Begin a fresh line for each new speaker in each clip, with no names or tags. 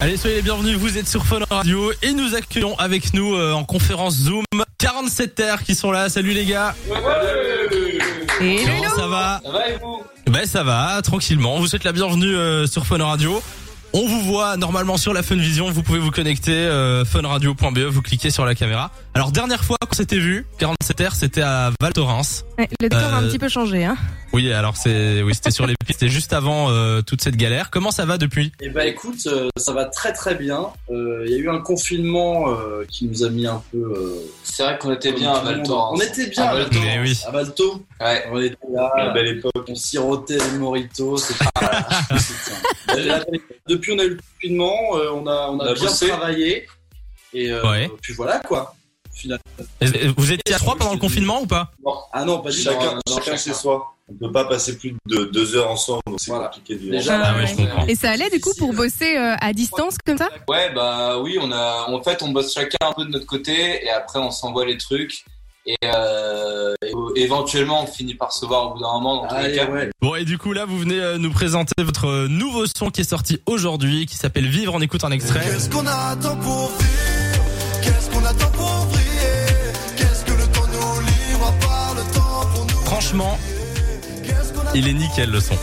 Allez, soyez les bienvenus, vous êtes sur Fun Radio et nous accueillons avec nous euh, en conférence Zoom 47 terres qui sont là. Salut les gars,
Et
comment ça va
Ça va et vous
Ben ça va, tranquillement. On vous souhaite la bienvenue euh, sur Fun Radio. On vous voit normalement sur la Fun Vision, vous pouvez vous connecter euh, funradio.be, vous cliquez sur la caméra. Alors dernière fois qu'on s'était vu, 47 terres, c'était à Val Thorens.
Ouais, le décor a un
Euh,
petit peu changé. Hein.
Oui, alors c'est oui, c'était sur les pistes, c'était juste avant euh, toute cette galère. Comment ça va depuis
Eh ben écoute, euh, ça va très très bien. Euh, Il y a eu un confinement euh, qui nous a mis un peu. euh,
C'est vrai qu'on était bien à Val Thorens.
On était bien
À
à
Val
Val Thorens.
Mais Eh oui.
À Val Thorens.
Ouais.
On était
Ah,
là,
bah,
on sirotait les moritos. c'était- Putain. Euh, la- Depuis on a eu le confinement, euh, on a on a,
On a
bien
bossé.
travaillé et euh,
Ouais.
puis voilà quoi. Finalement.
Et- et Vous étiez à trois pendant le confinement ou pas
Ah non, pas du tout.
Chacun-
Non, non,
chacun chez
soi. On peut pas passer plus de deux heures ensemble, donc c'est
Voilà.
compliqué de
Déjà,
Ah ouais,
on-
je
comprends.
Et ça allait du coup pour
difficile.
bosser euh, à distance comme ça
Ouais, bah oui, on a, en fait, on bosse chacun un peu de notre côté et après on s'envoie les trucs et, euh, et, euh, éventuellement on finit par se voir au bout d'un moment. Dans tous les
Allez,
cas.
ouais.
Bon et du coup là vous venez euh, nous présenter votre euh, nouveau son qui est sorti aujourd'hui qui s'appelle Vivre on écoute un extrait.
Qu'est-ce qu'on attend pour vivre Qu'est-ce qu'on attend pour briller Qu'est-ce que le temps nous livre à part le temps pour nous
Franchement,
Qu'est-ce qu'on attend
il est nickel le son.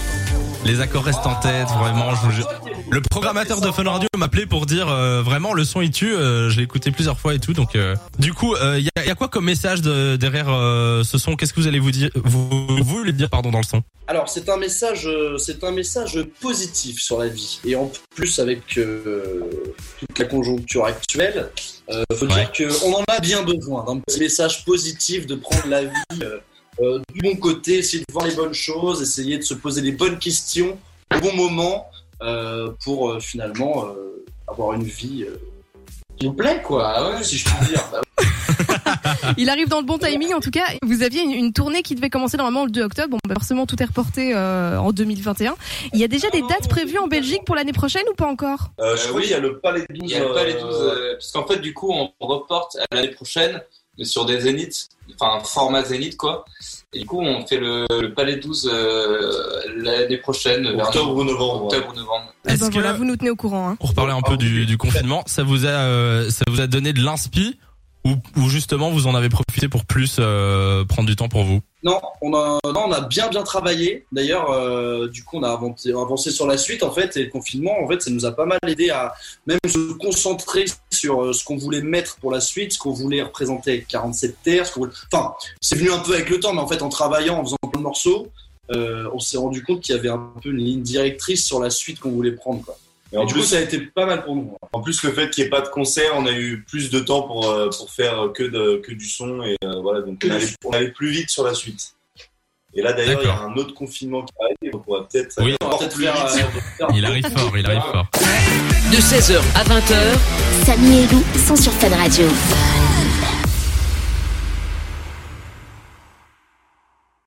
Les accords restent en tête, vraiment, je vous jure. Le programmateur de Fun Radio m'appelait pour dire euh, vraiment le son il tue, euh, je l'ai écouté plusieurs fois et tout donc euh, du coup il y, a, y a quoi comme message de- derrière euh, ce son Qu'est-ce que vous allez vous dire vous, vous voulez dire pardon dans le son
Alors c'est un message, euh, c'est un message positif sur la vie. Et en plus avec euh, toute la conjoncture actuelle, euh, faut
Ouais.
dire que on en a bien besoin d'un petit message positif, de prendre la vie euh, euh, du bon côté, essayer de voir les bonnes choses, essayer de se poser les bonnes questions au bon moment euh, pour euh, finalement euh, avoir une vie euh, qui nous plaît, quoi. Ah
Bah ouais,
Si je puis dire. Bah,
Ah.
Il arrive dans le bon timing en tout cas. Vous aviez une, une tournée qui devait commencer normalement le 2 octobre. Bon, bah, forcément tout est reporté euh, en 2021. Il y a déjà des dates prévues en Belgique pour l'année prochaine ou pas encore
Euh,
Euh,
je crois
oui.
qu'il y a le palais 12.
Il y a pas les 12, euh, parce qu'en fait, du coup, on reporte à l'année prochaine, mais sur des zéniths, enfin, format zénith, quoi. Et du coup, on fait le, le Palais 12 euh, l'année prochaine, vers
Octobre ou novembre.
octobre ou novembre.
Eh
Est-ce
ben,
que-
voilà, Vous nous tenez au courant. Hein.
Pour reparler un peu du, du confinement, ça vous a euh, ça vous a donné de l'inspi ou, ou justement vous en avez profité pour plus euh, prendre du temps pour vous
Non, on a, non, on a bien bien travaillé. D'ailleurs, euh, du coup, on a avancé, avancé sur la suite en fait, et le confinement, en fait, ça nous a pas mal aidé à même se concentrer sur euh, ce qu'on voulait mettre pour la suite, ce qu'on voulait représenter avec 47 terres. Ce qu'on voulait- Enfin, c'est venu un peu avec le temps, mais en fait, en travaillant, en faisant plein de morceaux, euh, on s'est rendu compte qu'il y avait un peu une ligne directrice sur la suite qu'on voulait prendre. Quoi.
Et
Et
en,
du coup,
plus,
ça a été pas mal pour nous.
en plus, le fait qu'il n'y ait pas de concert, on a eu plus de temps pour, euh, pour faire que, de, que du son. Et euh, voilà, donc
Que
on
du
allait,
son.
on allait plus vite sur la suite. Et là, d'ailleurs, il y a
D'accord.
un autre confinement qui arrive. On pourra peut-être.
Oui.
On va peut-être faire, euh,
Il arrive fort, il arrive fort.
De 16h à 20h,
Samy et Lou sont sur Fan Radio.